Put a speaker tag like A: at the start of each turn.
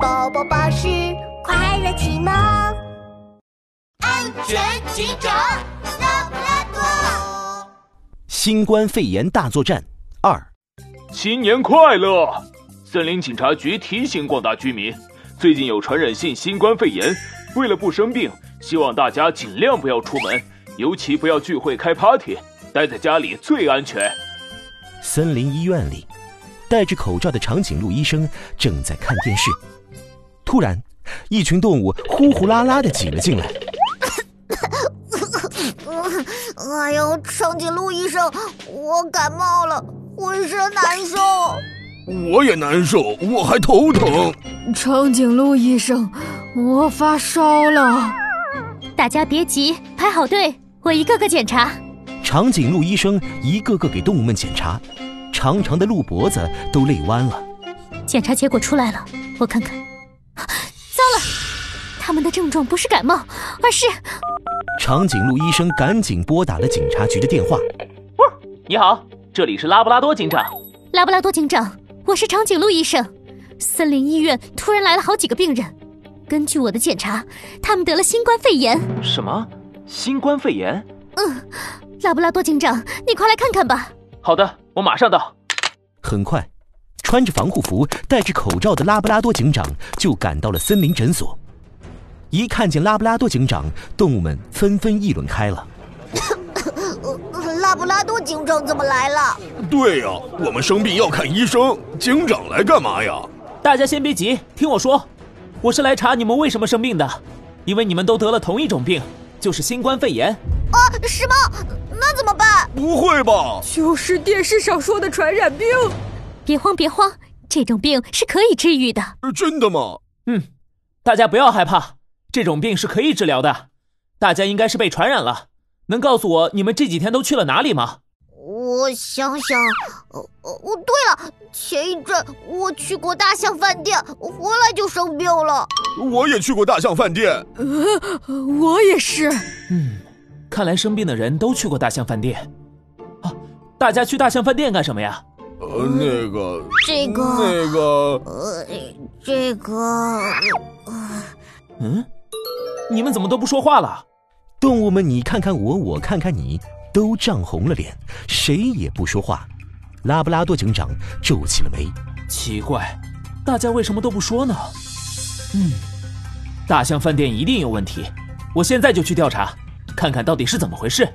A: 宝宝巴士快乐启蒙，安全警长拉布拉多。
B: 新冠肺炎大作战二，
C: 新年快乐！森林警察局提醒广大居民，最近有传染性新冠肺炎，为了不生病，希望大家尽量不要出门，尤其不要聚会开 party，待在家里最安全。
B: 森林医院里，戴着口罩的长颈鹿医生正在看电视。突然，一群动物呼呼啦啦的挤了进来。
D: 哎呦，长颈鹿医生，我感冒了，浑身难受。
E: 我也难受，我还头疼。
F: 长颈鹿医生，我发烧了。
G: 大家别急，排好队，我一个个检查。
B: 长颈鹿医生一个个给动物们检查，长长的鹿脖子都累弯了。
G: 检查结果出来了，我看看。啊糟了，他们的症状不是感冒，而是……
B: 长颈鹿医生赶紧拨打了警察局的电话。
H: 你好，这里是拉布拉多警长。
G: 拉布拉多警长，我是长颈鹿医生。森林医院突然来了好几个病人，根据我的检查，他们得了新冠肺炎。
H: 什么？新冠肺炎？
G: 嗯，拉布拉多警长，你快来看看吧。
H: 好的，我马上到。
B: 很快，穿着防护服、戴着口罩的拉布拉多警长就赶到了森林诊所。一看见拉布拉多警长，动物们纷纷议论开了。
D: 呃拉布拉多警长怎么来了？
E: 对呀、啊，我们生病要看医生，警长来干嘛呀？
H: 大家先别急，听我说，我是来查你们为什么生病的，因为你们都得了同一种病，就是新冠肺炎。
D: 啊，是吗？那怎么办？
E: 不会吧？
F: 就是电视上说的传染病。
G: 别慌，别慌，这种病是可以治愈的。
E: 真的吗？
H: 嗯，大家不要害怕。这种病是可以治疗的，大家应该是被传染了。能告诉我你们这几天都去了哪里吗？
D: 我想想，哦哦，对了，前一阵我去过大象饭店，回来就生病了。
E: 我也去过大象饭店，
F: 呃，我也是。
H: 嗯，看来生病的人都去过大象饭店。啊，大家去大象饭店干什么呀？
E: 呃，那个，
D: 这个，
E: 那个，
D: 呃，这个，呃、
H: 嗯。你们怎么都不说话了？
B: 动物们，你看看我，我看看你，都涨红了脸，谁也不说话。拉布拉多警长皱起了眉，
H: 奇怪，大家为什么都不说呢？嗯，大象饭店一定有问题，我现在就去调查，看看到底是怎么回事。